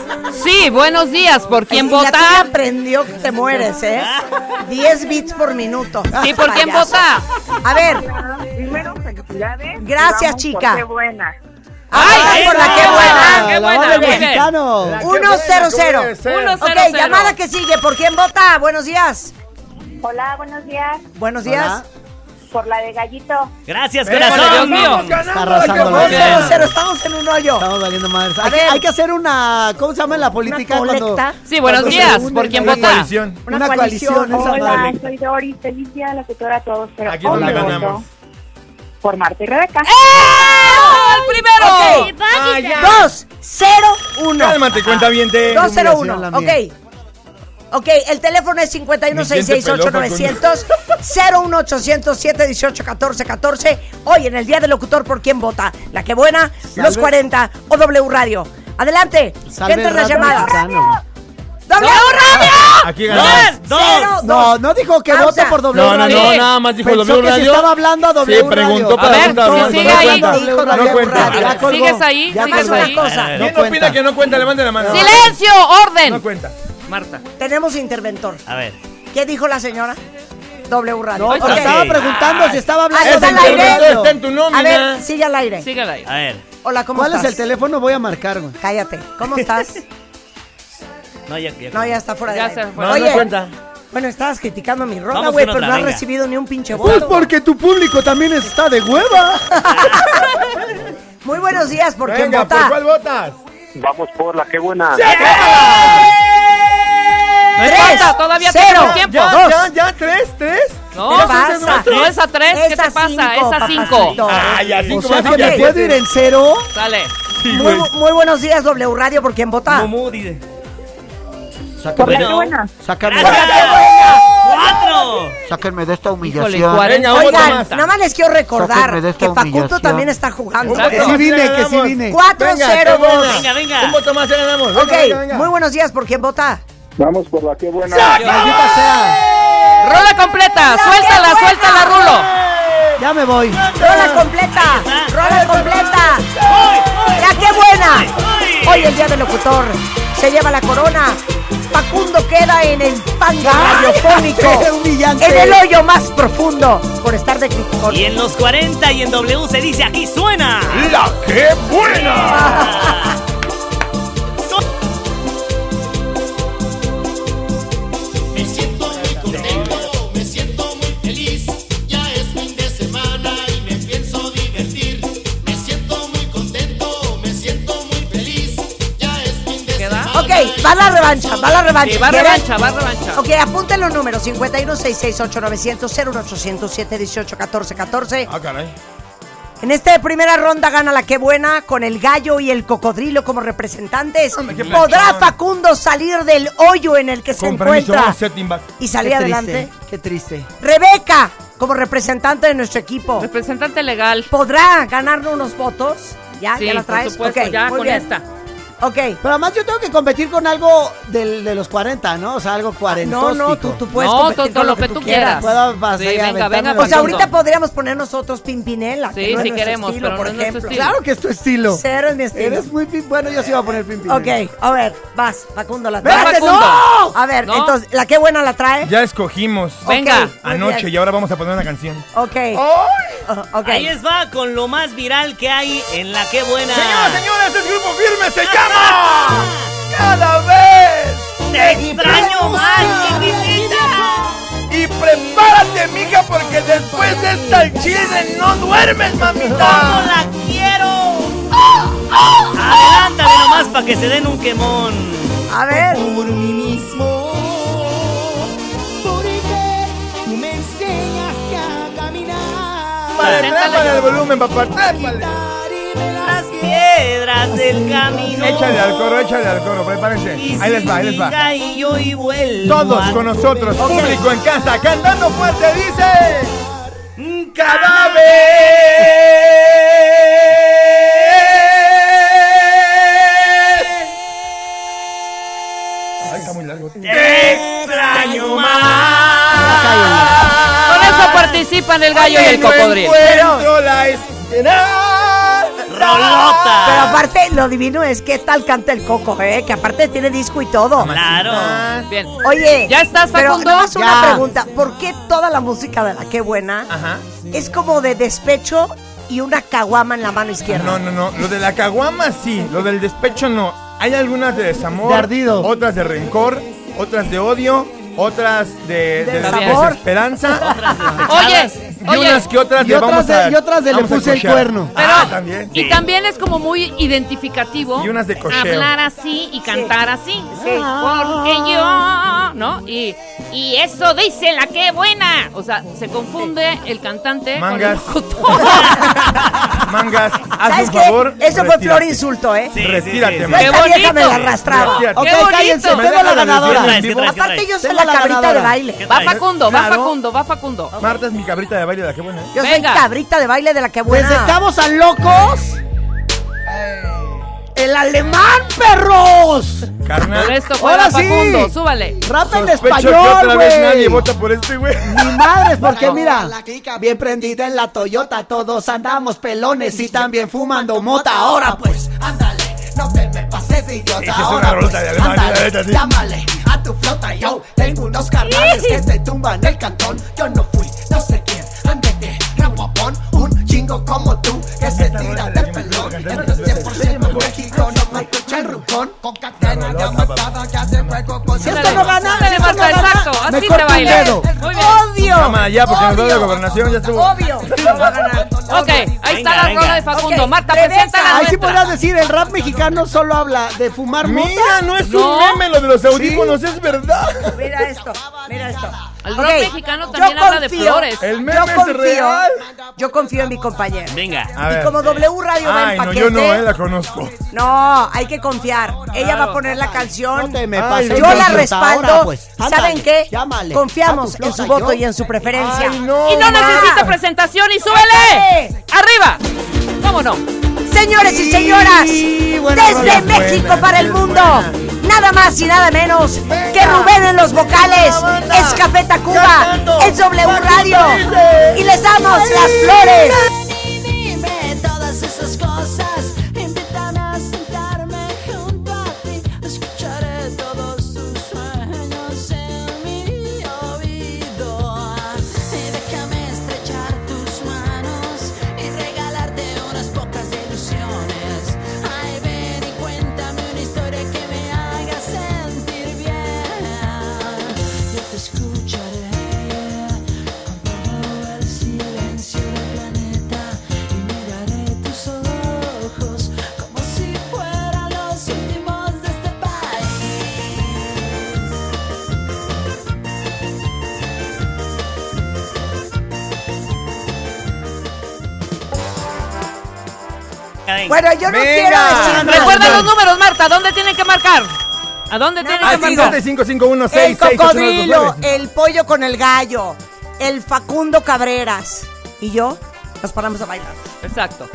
Sí, buenos días, ¿por quién
Y la tuya
vota?
aprendió que te mueres, ¿eh? 10 bits por minuto.
Sí, ¿por quién
Payaso.
vota?
A ver,
Primero, felicidades.
Gracias,
Vamos por
chica.
Qué buena.
¡Ay,
¡Ay, por la
esa!
que buena!
¡Qué
Ah, La banda
buena!
del
Muy bien.
mexicano.
La que
Uno,
buena,
cero,
¿cómo
cero.
debe ser?
Uno,
Ok,
cero, cero.
llamada que sigue. ¿Por quién vota? Buenos días.
Hola, buenos días.
Buenos días.
Hola.
Por la de Gallito.
Gracias,
Venga,
corazón.
Dios mío.
vamos ganando,
Está arrasando
la
la
que
gente.
buena.
Cero, cero, estamos en un hoyo.
Estamos valiendo madres.
A
Hay, que-
ver.
hay que hacer una. ¿Cómo se llama en la política?
Una
cuando-
colecta.
Sí, buenos
cuando se
días.
unen
¿Por
ahí?
quién
Una
vota?
coalición.
Una
Una coalición.
coalición.
esa
Hola,
madre.
soy Doris Felicia, la tutora a todos. Pero
Aquí es donde
hoy me
ganamos.
voto Por Marta y Rebeca.
¡Eh! ¡El primero! Ah.
Ok. Dos, cero, uno.
Cálmate, cuenta bien de.
Dos, cero,
humillación
uno.
la
Ok.
mía.
Ok, el teléfono es 51 668 900 01 800 718 14 14 Hoy en el Día del Locutor, ¿por quién vota? ¿La que buena?
Salve.
Los 40 o W Radio. Adelante,
Salve
entren las
Rafa
llamadas.
Lozano.
¡W Radio!
Aquí ganamos.
Dos,
Cero,
dos.
dos.
No, no dijo que
Pausa.
vote por W
No, no,
Radio.
no, nada más dijo
Pensó
W
que si
Radio.
estaba hablando a W
Sí, preguntó
Radio.
para
A ver,
pregunta,
si
no,
sigue
no
ahí.
cuenta.
Dijo
No
W
cuenta.
Radio.
Ya colgó.
¿Sigues ahí?
Ya
¿Sigues
Haz
colgó.
una
ahí?
cosa.
No
¿Quién
cuenta.
opina que no cuenta? Levante la mano.
¡Silencio!
No
¡Orden!
cuenta.
Marta.
Tenemos interventor.
A ver.
¿Qué dijo la señora? W Radio.
No,
Ok.
pero estaba preguntando si estaba
Ahí
hablando
está
Ese
de
al aire.
intervento
W.
está en tu
A ver,
nómina.
sigue al aire.
Sígala ahí.
A ver,
Hola, ¿cómo
¿Cuál es
estás?
el teléfono? Voy a marcar, güey.
Cállate. ¿Cómo estás?
no, ya, ya.
No, ya está fuera de
Ya
aire.
se fue.
No,
Oye,
no cuenta.
bueno, estabas criticando mi rola,
Vamos
güey,
con
pero
otra,
no has
venga.
recibido ni un pinche
Pues
voto.
porque tu público también está de hueva.
Muy buenos días, ¿por quién
Venga,
pues,
vota?
¿por cuál votas?
Vamos por la que buena.
No
Tres,
importa, todavía
cero.
tenemos tiempo.
Ya,
Dos.
ya, ya, tres, tres.
No,
¿Qué
no,
pasa?
no, es a tres. ¿Qué
Es a
te pasa?
cinco,
Es a
papacito.
cinco.
Ay, así
Ah, O
como
sea
así
que
ya
me
fue.
puedo ir en cero.
Sale.
Sí,
Muy,
güey.
muy buenos días, W Radio, ¿por quién vota?
Mumu dice.
Por la
Sáquenme,
que
Bueno.
buena.
sáquenme,
¡Cuatro!
sáquenme de esta
Híjole,
humillación.
cuarenta.
Oigan,
Oigan,
Oigan, nada más les quiero recordar
Sáquenme de esta
que Facundo
humillación.
también está jugando. ¿eh?
Exacto.
Que sí
Pues,
vine, que sí vine.
Venga,
4-0-2.
qué buena.
Venga, venga.
Un voto más ya ganamos. Venga,
Ok,
venga, venga.
muy buenos días, ¿por quién vota?
Vamos por la que buena.
Maldita sea.
Rola completa. Suéltala, suéltala, Rulo.
Ya me voy.
Rola completa, rola completa. ¡Ya qué buena! Hoy el día del locutor se lleva la corona Facundo queda en el pango
Ay,
radiofónico.
qué humillante.
En el hoyo más profundo por estar de criticón.
Y en los 40 y en W se dice aquí suena. Ah,
¡La qué buena!
Me siento muy contento, me siento muy feliz. Ya es fin de semana y me pienso divertir. Me siento muy contento, me siento muy feliz. Ya es fin de semana.
Ok, va la revancha, va la revancha.
Sí, va
¿Quieren?
revancha, va revancha.
Ok, apunten los números: 51-668-900-01800-718-1414.
Ah, caray.
En esta primera ronda gana la que buena con el gallo y el cocodrilo como representantes. ¿Podrá
planchón.
Facundo salir del hoyo en el que se
Con permiso,
encuentra
setting back.
y salir
Qué triste,
adelante?
Qué triste.
Rebeca, como representante de nuestro equipo,
Representante legal.
¿podrá ganarnos unos votos? Ah, ¿Ya?
Sí,
¿Ya la
por
traes?
supuesto,
Ok,
ya
muy
con
bien.
esta.
Ok.
Pero además yo tengo que competir con algo del- de los 40, ¿no? O sea, algo 40.
Ah, No, no, tú, tú puedes
No,
competir
con, con lo que tú quieras.
Puedo pasar
Sí,
y
venga,
aventarme
venga.
O
la Facundo.
sea, ahorita podríamos poner nosotros Pimpinela. que
Sí,
no es
sí
nuestro
queremos,
estilo,
pero
por
no es nuestro
ejemplo.
estilo.
Claro que es tu estilo.
Cero es mi estilo.
Eres muy pim- Bueno, yo sí iba a poner pim pim.
Ok, a ver, vas, Facundo la
Va,
trae.
¡Espérate,
Facundo.
no!
A ver,
No.
entonces, ¿la qué buena la trae?
Ya escogimos
Ok,
Venga.
muy
anoche
bien.
y ahora vamos a poner una canción.
Ok. Oh, ok.
Ahí les va con lo más viral que hay en la que buena.
Señoras, señores, este es grupo firme se llama Cada vez
¡Te extraño más, chiquitita!
Y prepárate, mija, porque después de esta chile no duermes,
¡Cómo
mamita.
la quiero! Adelántale nomás para que se den un quemón.
A ver.
Por mí mismo, porque tú me enseñaste a caminar.
Vale, trépale el volumen, papá, trépale.
Darme
Las
las
piedras del camino.
Échale al coro, échale al coro, prepárense. Ahí les va, ahí les va.
Y yo y vuelvo
Todos
a
con nosotros, público en casa, cantando fuerte, dice. Cada vez. Ay, está muy largo.
Te extraño más.
Con eso participan el gallo y el cocodrilo.
encuentro la esperanza.
Pero
Rolota.
aparte, lo divino es que tal canta el coco, ¿eh? Que aparte tiene disco y todo.
Claro.
Bien.
Oye,
¿Ya estás,
pero
Facundo?
nomás una
Ya.
pregunta. ¿Por qué toda la música de la qué buena
Ajá.
es como de despecho y una caguama en la mano izquierda?
No, no, no. Lo de la caguama sí, lo del despecho no. Hay algunas de desamor,
De ardido.
otras de rencor, otras de odio, otras de, de
Desamor.
desesperanza.
Oye,
Y
oye.
unas que otras
Y
de
otras
vamos
de-
a-
y otras de le
vamos a
puse el
cochear.
cuerno.
Pero,
ah, también.
Y también es como muy identificativo
Y unas de cocheo.
hablar así y cantar así. Porque yo, ¿no? Y, y eso dice la que buena. O sea, se confunde el cantante
Mangas.
con el locutor.
Mangas, hazme
¿Sabes
un
qué?
favor.
Eso fue
retírate.
flor insulto, ¿eh?
Sí, sí,
Retírate,
sí,
Yo a
sí.
man.
esta vieja
bonito.
me la arrastraba.
Retírate.
Ok,
¡Qué bonito!
cállense.
Me
Tengo
deja
la
la
ganadora.
desviada.
¿Qué traes? ¿Qué
Aparte, yo soy
Tengo
la
la
cabrita de
ganadora.
baile.
Va
traes?
Facundo, va
Claro.
Facundo, va Facundo.
Marta es mi cabrita de baile, la que buena. ¿eh?
Yo soy
Venga.
cabrita de baile de la que buena.
Presentamos Pues a locos. El alemán, perros.
Por
Carnal.
esto fuera
Ahora sí.
Facundo, súbale.
Rapa en
Sospecho que otra
español,
vez nadie
güey.
vota por este, güey.
Mi madre, porque
No.
mira,
La clica
bien prendida en la Toyota, todos andamos pelones y también fumando mota. Ahora pues,
Ándale, no te me pases, idiota. pues,
Esa es una rolota de alemán, la neta, sí.
Llámale a tu flota, yo tengo unos carnales que te tumban el cantón. Yo no fui, no sé quién, ándete, guapón, un chingo como tú que se tira de pelón. Entonces 100% México no me escucha el rupón. Con cadena de amarcada que hace juego con
si esto
Ándale.
no gana,
Ándale,
esto no
Marta,
gana,
exacto, así
me
se
corto un
baila.
dedo. Oh,
Muy bien.
¡Odio!
Cámara ya, porque nos va de
Obvio.
gobernación, ya estuvo.
Obvio. No va a ganar.
Ok, ahí
Venga,
está la
venga.
rola de Facundo.
Ok,
Marta,
regresa.
presenta la
Ahí sí
nuestra.
podrías decir, el rap mexicano solo habla de fumar
Mira,
mota.
no es
No.
un meme lo de los audífonos, es verdad.
Mira esto, mira esto.
El rock
Ok,
mexicano
yo
también habla de
confío,
flores.
El meme
yo
es
confío,
real.
Yo confío en mi compañero.
Venga.
A
Y como W Radio va en
Ay, no,
paquete.
yo no, eh, la conozco.
no, hay que confiar. Ella va a poner la canción.
No te me
Ay,
pases,
yo la
idiota.
respaldo.
Ahora, pues, ándale,
¿Saben qué?
llámale a
Confiamos
tu
en su
flota,
voto
yo.
y en su preferencia.
Ay, no.
Y
ma.
no necesita presentación y
Ándale.
súbele. ¡Arriba! ¿Cómo no?
Señores y señoras,
Sí, buena
desde
rola.
México
Buena,
para el
buena.
mundo, nada más y nada menos que Rubén en los vocales, es Café Tacuba, es W Radio, y les damos las flores.
Dime todas esas cosas, invítame a sentarme junto a ti, escucharé todos tus
este
venga.
Bueno, yo no
Venga.
quiero decir nada.
Recuerda los números, Marta. ¿Dónde tienen que marcar? ¿A dónde tienen
Ah,
que marcar?
el cocodrilo, el pollo con el gallo, el Facundo Cabreras y yo nos paramos a bailar.
Exacto.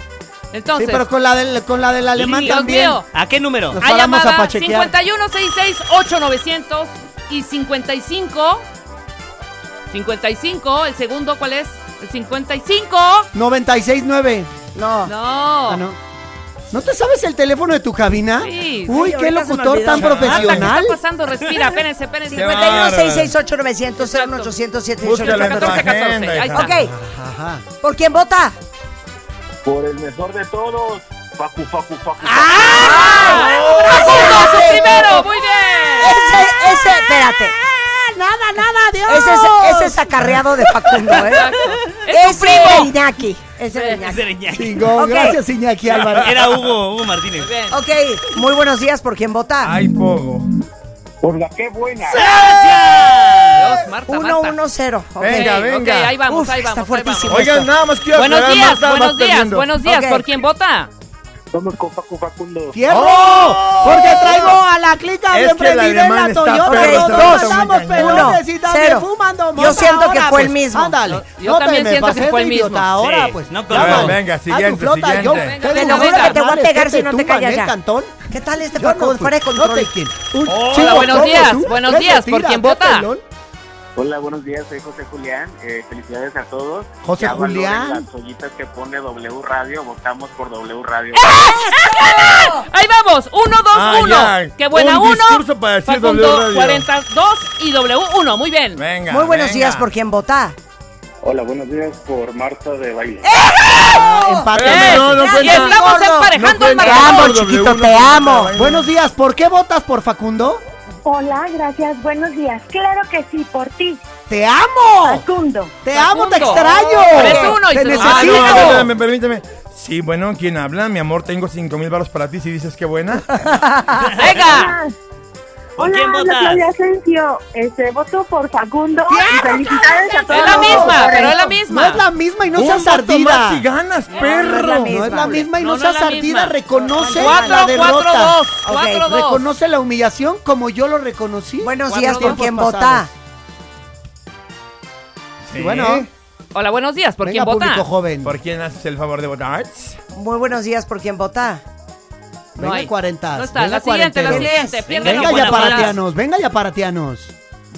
Entonces.
Sí, pero con la del, con la del alemán
Dios
también.
mío.
¿A qué número?
Nos
A
paramos a
llamada
pachequear.
5166-8900 y 55. 55, el segundo, ¿cuál es? El 55.
96.9. No.
No.
Ah, no. ¿No te sabes el teléfono de tu cabina?
Sí.
Uy,
Ay,
qué
ahorita se me
locutor
olvidó.
tan
Marta,
profesional.
¿Qué está pasando? Respira, espérense, espérense.
51 668 900 800
Búscala en tu 14, 14, agenda, ahí está.
Ok, ¿por quién vota?
Por el mejor de todos, Facu, Facu, Facu.
Oh,
¡Ah!
¡Facundo, su primero! ¡Muy bien!
Ese, ese, espérate.
Nada, nada, Dios.
Ese es, ese es acarreado de Facundo, ¿eh?
Exacto.
Ese
¡Es tu primo!
Iñaki. Ese era Iñaki.
Ese era Iñaki.
Chingón,
Ok.
gracias Iñaki Álvarez.
Era Hugo, Hugo Martínez.
Oh.
Ok, muy buenos días. ¿Por quién
Ah,
vota?
Ay, pogo.
Por la que buena.
Dios, Marta, Marta.
1-1-0. ok.
Venga,
Ok,
venga.
ahí vamos,
Uf,
ahí
está
vamos. ahí
fuertísimo.
vamos.
Oigan, nada más quiero
Buenos
aclarar,
días,
Marta,
buenos
vas
días,
perdiendo.
buenos días.
Ok.
¿Por quién vota?
Vamos con Facu, Facundo.
¡Fierro! Porque traigo a la clica
Es
bien
que el
prendida en
alemán
la
está
Toyota.
perro,
Todos
está muy
andamos
cañón.
pelones y
Uno,
también
cero.
fumando
Yo
mota.
siento que
Ahora,
fue el
pues,
mismo.
Ándale.
Yo
No te
también
me
siento que
pases
fue el
de idiota
mismo.
Ahora,
Sí,
pues.
no
llama.
conozco.
Venga,
A tu
siguiente,
flota,
siguiente.
yo-
Venga,
te
te
lo
lo juro que te voy a pegar si no te callas ya.
¿eh, cantón.
¿Qué tal este
Yo no
Facundo?
fui.
Fuera de
No te
control.
quiero.
Hola,
chico
buenos
como
días,
tú,
buenos
que
días,
te
¿por
tira,
quién
qué
vota?
pelón.
Hola, buenos días, soy José Julián. Eh, felicidades a todos.
José
Ya valoren
Julián.
Las ollitas que pone W Radio, votamos por W Radio.
Ahí vamos, 1, 2,
Ah,
1.
ya.
Qué buena,
Un
1.
discurso para decir W
Facundo,
Radio.
42 y W1. Muy bien.
Venga.
Muy buenos
venga.
días. ¿Por quién vota?
Hola, buenos días por Marta de Baile.
Ah, empate.
Eh, no, no
Y
cuenta.
estamos
Gordo.
No
emparejando el
cuenta.
marcador.
Vamos, chiquito,
W1,
te amo.
Buenos días, ¿por qué votas por Facundo?
Hola, gracias, buenos días. Claro que sí, por ti,
¡Te amo!
Facundo.
¡Te amo, te
Facundo. Parece
extraño!
uno y
¡Te
se lo-
Ah, no,
necesito!
a ver, espérame, permíteme. Sí, bueno, ¿quién habla? Mi amor, tengo cinco mil baros para ti si dices que buena.
Venga.
Ah,
¿Por
Hola,
quién
habla
votas?
Claudia Asensio. Este, voto por Facundo. y felicidades a todos.
Es la misma,
por
pero es la
eso.
No
misma.
es la misma y no
Un
seas
voto más
ardida.
Si ganas,
No,
perro.
No es la misma y no,
No, no
seas
es la
ardida.
misma.
Reconoce
Cuatro,
la
cuatro,
derrota.
dos,
Ok,
cuatro, dos.
Reconoce la humillación como yo lo reconocí.
Buenos
Cuatro
días, ¿por
tiempos
quién
pasados.
vota?
Sí.
Y bueno,
Hola, buenos días. ¿Por
venga,
quién vota?
público joven.
¿Por quién haces el favor de votar?
Muy buenos días, ¿por quién vota?
No
Venga,
hay.
cuarentas.
No está,
venga,
la siguiente, la
cuarenteros.
siguiente. Pierde
Venga,
la
ya
buena parada.
paratianos, venga ya paratianos.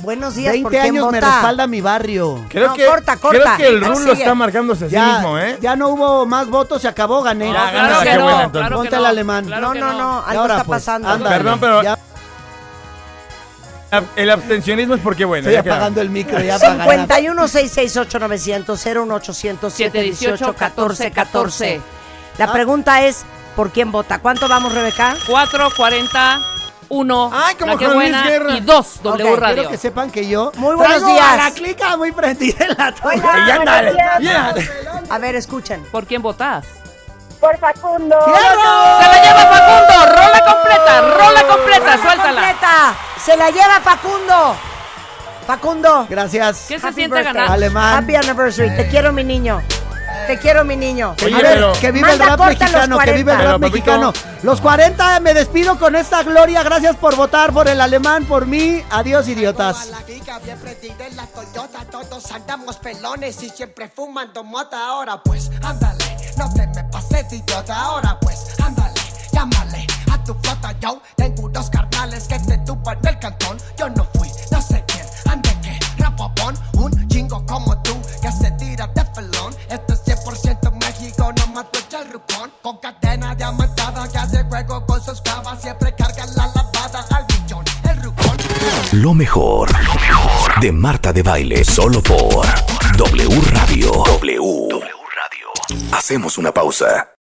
Buenos días, ¿por
20
quién
años me
vota?
respalda mi barrio.
Creo
No,
que,
corta, corta.
Creo que el
Ah,
rulo
sigue.
está marcándose a sí
Ya,
mismo, ¿eh?
ya no hubo más votos, se acabó, gané.
Ya,
claro
gana la
que
que
no,
buena,
claro
entonces.
que
Ponte el
no.
alemán.
Claro
No,
que
no, no,
Y
algo
ahora,
está
pues,
pasando.
ándale.
Perdón, pero-
Ya
El abstencionismo es porque buena.
estoy
ya queda.
apagando el micro. Ya para ganar.
51 668 900 01800 718 14 14 La pregunta es, ¿por quién vota? ¿Cuánto vamos, Rebeca?
4, 40, 1.
Ay, como
la que
Juan Luis
buena.
Guerra.
Y 2, W
Ok,
Radio.
Quiero que sepan que yo.
Muy buenos
traigo
días.
A la clica muy prendida en la toalla.
Y ya dale. Ya.
A ver, escuchen.
¿Por quién votas?
Por Facundo.
¡Se la lleva Facundo! ¡Rola completa! ¡Rola completa!
¡Rola
¡Suéltala!
completa! ¡Se la lleva Facundo! Facundo,
Gracias.
¿Qué se
Happy
siente
birthday.
ganar?
Alemán.
happy anniversary. Te quiero, mi niño. Te quiero, mi niño.
Oye,
a ver,
pero-
que vive el
Manda
rap
corta
mexicano,
los
que vive el
40.
Pero,
rap
papito.
mexicano. Los 40 me despido con esta gloria. Gracias por votar por el alemán, por mí. Adiós, idiotas.
Como a la giga, bien prendida en la Toyota, todos andamos pelones y siempre fumando mota. Ahora pues, ándale, no te me pases de idiota. Ahora pues, ándale, llámale a tu flota. Yo tengo unos carnales que te tupan el cantón. Yo no fui, no sé quién, ande que rapopón. Un chingo como tú que se tira de pelón. Esto es 100% México, no más echa el rupón. Con cadena diamantada que hace juego con sus clavas. Siempre carga la lavada al millón, el rupón.
Lo mejor, lo mejor de Marta de Baile, solo por W Radio. W. Hacemos una pausa.